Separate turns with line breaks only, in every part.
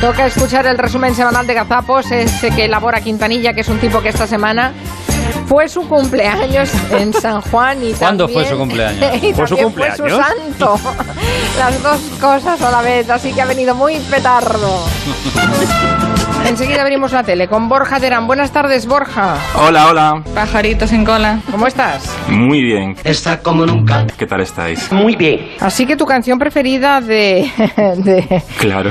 Toca escuchar el resumen semanal de Gazapos, ese que elabora Quintanilla, que es un tipo que esta semana fue su cumpleaños en San Juan y
¿Cuándo fue
también-
su cumpleaños?
y
¿Fue su
también Fue su
cumpleaños?
santo. Las dos cosas a la vez, así que ha venido muy petardo. Enseguida abrimos la tele con Borja Terán. Buenas tardes, Borja.
Hola, hola.
Ah.
Pajaritos en cola.
¿Cómo estás?
Muy bien.
Está como nunca.
¿Qué tal estáis?
Muy bien.
Así que tu canción preferida de, de,
Claro.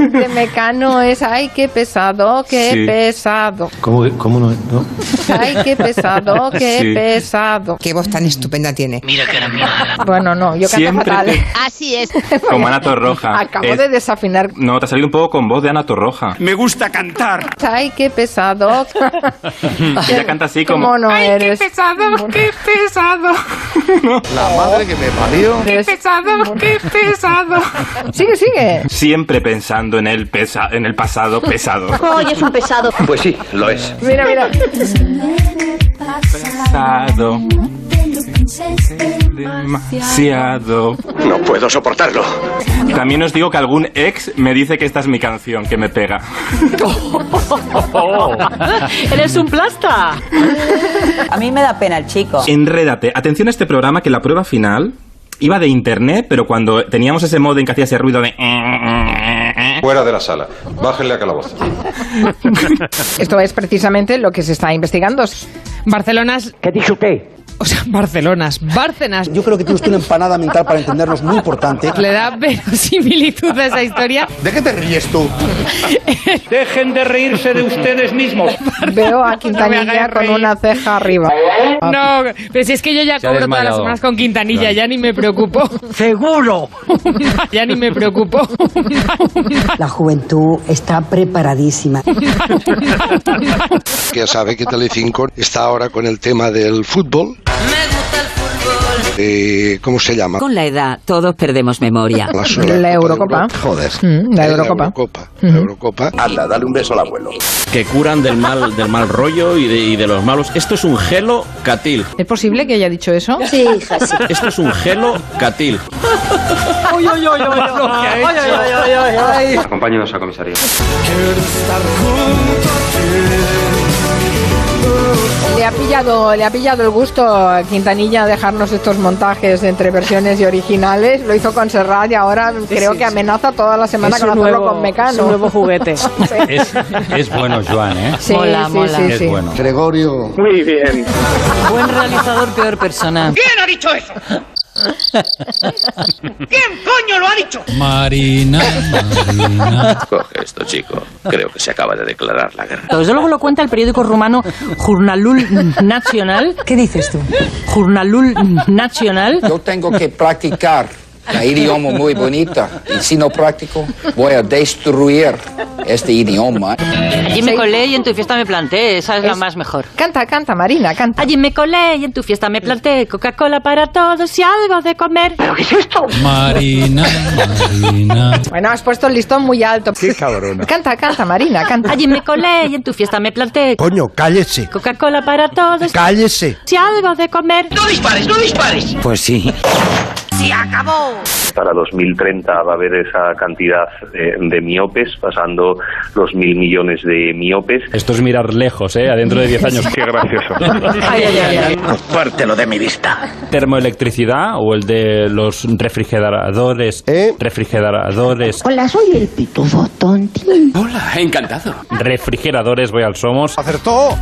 de Mecano es Ay, qué pesado, qué
Sí.
pesado.
¿Cómo, cómo no, no?
Ay, qué pesado, qué
Sí.
pesado.
Qué voz tan estupenda tiene.
Mira que era mía.
Bueno, no, yo canto
Siempre
fatal.
te-
Así es.
Como Ana Torroja.
Acabo
Es-
de desafinar.
No, te ha salido un poco con voz de Ana Torroja.
Me gusta cantar.
Ay, qué pesado.
Ella canta así como...
¿Cómo no eres? Qué pesado, qué pesado.
La madre que me parió.
pesado, qué pesado. Sigue, sigue.
Siempre pensando en el, pesa... en el pasado pesado.
Hoy es un pesado.
Pues sí, lo es.
Mira, mira.
Pesado. Demasiado.
No puedo soportarlo.
También os digo que algún ex me dice que esta es mi canción, que me pega.
¡Eres un plasta! A mí me da pena el chico.
Enrédate. Atención a este programa que la prueba final iba de internet, pero cuando teníamos ese modem que hacía ese ruido de...
Fuera de la sala. Bájenle a calabozo.
Esto es precisamente lo que se está investigando.
Barcelonas,
¿Qué dice usted?
o sea, Barcelonas, Bárcenas.
Yo creo que tienes una empanada mental para entendernos muy importante.
Le da verosimilitud a esa historia.
¿De qué te ríes tú?
Dejen de reírse de ustedes mismos.
Veo a Quintanilla
hagáis
con
reír.
una ceja arriba.
No, pero si es que yo ya
Se ha
cobro todas las
desmayado.
semanas con Quintanilla, ya ni me preocupo.
¡Seguro!
ya ni me preocupo.
La juventud está preparadísima.
Ya sabe que Telecinco está ahora con el tema del fútbol. Eh, ¿Cómo se llama?
Con la edad todos perdemos memoria.
La,
La Eurocopa.
Joder.
Mm, la
Eh,
Eurocopa.
Eurocopa. La Eurocopa.
Anda, dale un beso al abuelo.
Que curan del mal, del mal rollo y de, y de los malos. Esto es un gelo catil.
¿Es posible que haya dicho eso?
Sí, hija, sí.
Esto es un gelo catil.
Acompáñenos a comisaría.
Le ha pillado, le ha pillado el gusto a Quintanilla dejarnos estos montajes entre versiones y originales. Lo hizo con Serrat y ahora creo que amenaza toda la semana con hacerlo con Mecano.
juguete.
Es, es bueno, Joan, ¿eh?
Sí,
Mola,
sí,
mola.
sí,
Es
sí.
bueno.
Gregorio.
Muy bien.
Buen realizador, peor persona.
Marina,
Coge esto, chico. Creo que se acaba de declarar la guerra.
Eso luego lo cuenta el periódico rumano Jurnalul Nacional.
¿Qué dices tú?
Jurnalul Nacional.
Yo tengo que practicar. La idioma muy bonita. Y si no practico, voy a destruir este idioma.
Allí me colé y en tu fiesta me planté. Esa es la más mejor.
Canta, canta, Marina, canta.
Allí me colé y en tu fiesta me planté. Coca-Cola para todos y algo de comer.
Marina, Marina.
Bueno, has puesto el listón muy alto.
Qué cabrona.
Canta, canta, Marina, canta.
Allí me colé y en tu fiesta me planté.
Coño, cállese,
Coca-Cola para todos
cállese.
y algo de comer.
Pues sí.
Para 2030 va a haber esa cantidad de, de miopes, pasando los mil millones de miopes.
Esto es mirar lejos, ¿eh? Adentro de 10 años. Qué gracioso.
Fuértelo de mi vista.
Termoelectricidad o el de los refrigeradores.
¿Eh?
Refrigeradores.
Hola, soy el pitufo tontín.
Refrigeradores, voy al Somos.
Acertó.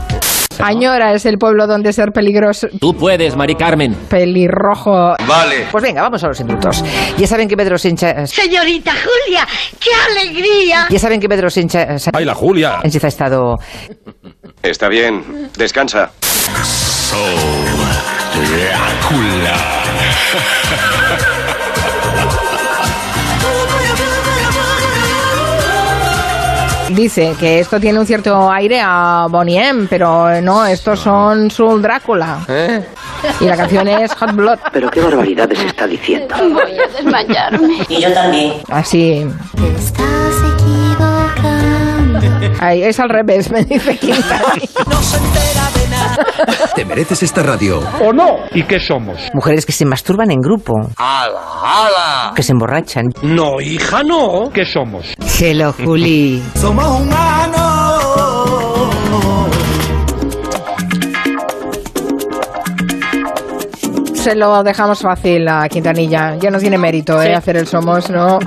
Añora es el pueblo donde ser peligroso,
Tú puedes, Mari Carmen.
pelirrojo.
Vale.
Pues venga, vamos a los indultos. Ya saben que Pedro Sánchez...
Señorita Julia, qué alegría.
Ya saben que Pedro Sánchez...
¡Ay, la Julia!
Sánchez ha estado...
Está bien. Descansa.
Dice que esto tiene un cierto aire a Bonnie M, pero no, estos son Soul Drácula.
¿Eh?
Y la canción es Hot Blood.
Pero qué barbaridades está diciendo.
Voy a desmayarme.
Así. Ay, es al revés, me dice Quintanilla.
Te mereces esta radio.
¿O no? ¿Y qué somos?
Mujeres que se masturban en grupo.
¡Hala, hala!
Que se emborrachan.
No, hija, no.
¿Qué somos?
Hello, Juli.
Somos humanos.
Se lo dejamos fácil a Quintanilla. Ya no tiene mérito, ¿eh?
Sí.
Hacer el somos, ¿no?